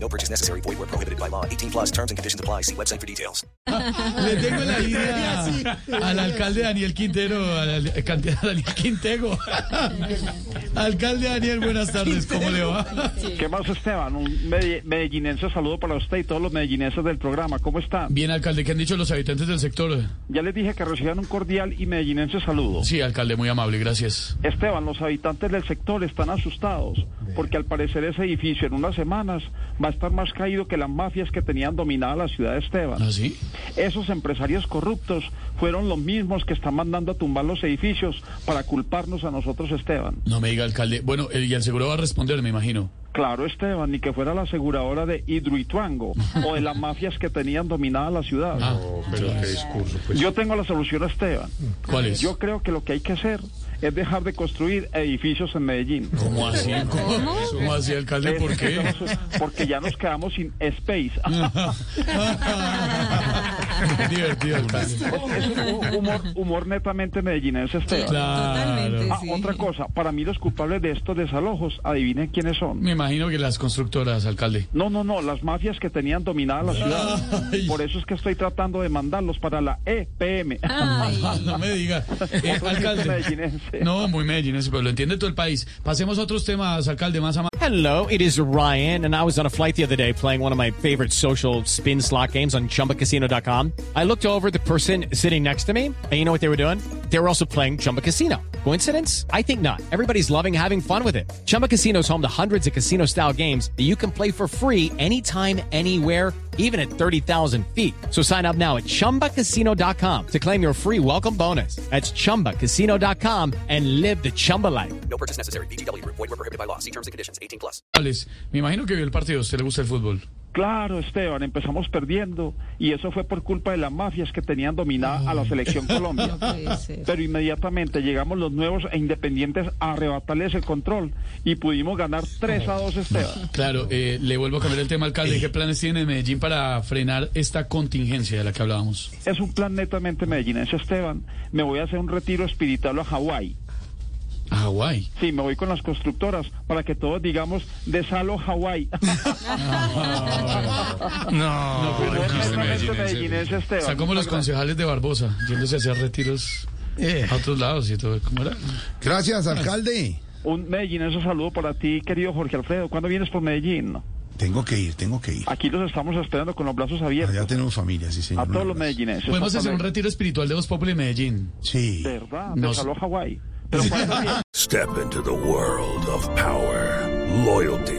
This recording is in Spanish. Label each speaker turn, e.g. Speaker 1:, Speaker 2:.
Speaker 1: No purchase necessary. Void where prohibited by law. 18 plus terms and conditions apply. See website for details.
Speaker 2: Le tengo la línea al alcalde Daniel Quintero, al al- candidato Daniel Quintego. Alcalde Daniel, buenas tardes, ¿cómo le va?
Speaker 3: ¿Qué más, Esteban? Un medi- medellinense saludo para usted y todos los medellinenses del programa. ¿Cómo están?
Speaker 2: Bien, alcalde, ¿qué han dicho los habitantes del sector?
Speaker 3: Ya les dije que recibían un cordial y medellinense saludo.
Speaker 2: Sí, alcalde, muy amable, gracias.
Speaker 3: Esteban, los habitantes del sector están asustados porque al parecer ese edificio en unas semanas va a estar más caído que las mafias que tenían dominada la ciudad de Esteban.
Speaker 2: ¿Ah, sí?
Speaker 3: Esos empresarios corruptos fueron los mismos que están mandando a tumbar los edificios para culparnos a nosotros, Esteban.
Speaker 2: No me diga, alcalde. Bueno, el, y el seguro va a responder, me imagino.
Speaker 3: Claro, Esteban, ni que fuera la aseguradora de Hidroituango o de las mafias que tenían dominada la ciudad.
Speaker 2: Ah,
Speaker 4: Pero qué discurso, pues.
Speaker 3: Yo tengo la solución, Esteban.
Speaker 2: ¿cuál es?
Speaker 3: Yo creo que lo que hay que hacer es dejar de construir edificios en Medellín.
Speaker 2: ¿Cómo así? ¿Cómo, ¿Cómo así, alcalde? ¿Por qué?
Speaker 3: Porque ya nos quedamos sin space. Ah,
Speaker 2: Muy divertido, alcalde.
Speaker 3: Es un humor, humor netamente medellinense, Esteban.
Speaker 2: Mm. Claro.
Speaker 3: Ah, otra cosa, para mí los culpables de estos desalojos, adivinen quiénes son.
Speaker 2: Me imagino que las constructoras, alcalde.
Speaker 3: No, no, no, las mafias que tenían dominada la ciudad.
Speaker 2: Ay.
Speaker 3: Por eso es que estoy tratando de mandarlos para la E EPM.
Speaker 2: Ah. No me diga. Eh,
Speaker 3: Otro chiste
Speaker 2: alcalde.
Speaker 3: medellinense.
Speaker 2: No, muy medellinense, pero lo entiende todo el país. Pasemos a otros temas, alcalde, más amables.
Speaker 5: Hello, it is Ryan, and I was on a flight the other day playing one of my favorite social spin slot games on chumbacasino.com. I looked over at the person sitting next to me, and you know what they were doing? They were also playing Chumba Casino. Coincidence? I think not. Everybody's loving having fun with it. Chumba Casino is home to hundreds of casino style games that you can play for free anytime, anywhere even at 30,000 feet. So sign up now at ChumbaCasino.com to claim your free welcome bonus. That's ChumbaCasino.com and live the Chumba life.
Speaker 6: No purchase necessary. BGW. Void were prohibited by law. See terms and conditions. 18 plus.
Speaker 2: Me imagino que vio el partido. ¿A usted le gusta el fútbol?
Speaker 3: Claro, Esteban, empezamos perdiendo y eso fue por culpa de las mafias que tenían dominada a la selección Colombia. Pero inmediatamente llegamos los nuevos e independientes a arrebatarles el control y pudimos ganar 3 a 2, Esteban.
Speaker 2: Claro, eh, le vuelvo a cambiar el tema, alcalde. ¿Qué planes tiene Medellín para frenar esta contingencia de la que hablábamos?
Speaker 3: Es un plan netamente medellinense, Esteban. Me voy a hacer un retiro espiritual a Hawái.
Speaker 2: A Hawái.
Speaker 3: Sí, me voy con las constructoras para que todos digamos desalo Hawái.
Speaker 2: No, pero
Speaker 3: No,
Speaker 2: no,
Speaker 3: netamente
Speaker 2: Medellín.
Speaker 3: medellinense, Esteban.
Speaker 2: Está como los concejales de Barbosa, yéndose a hacer retiros a otros lados y todo. ¿Cómo era?
Speaker 4: Gracias, alcalde.
Speaker 3: Un medellinense saludo para ti, querido Jorge Alfredo. ¿Cuándo vienes por Medellín?
Speaker 4: Tengo que ir, tengo que ir.
Speaker 3: Aquí los estamos esperando con los brazos
Speaker 4: Allá
Speaker 3: abiertos.
Speaker 4: tenemos familia, sí, señor.
Speaker 3: A todos los
Speaker 4: Un abrazo.
Speaker 3: medellinenses.
Speaker 2: Podemos hacer un
Speaker 3: Hasta
Speaker 2: retiro espiritual de Voz Populi en Medellín.
Speaker 4: Sí.
Speaker 3: ¿Verdad?
Speaker 2: No sé.
Speaker 3: Desaloja Hawái. Pero ¿cuándo viene?
Speaker 7: Step into the world of power, loyalty,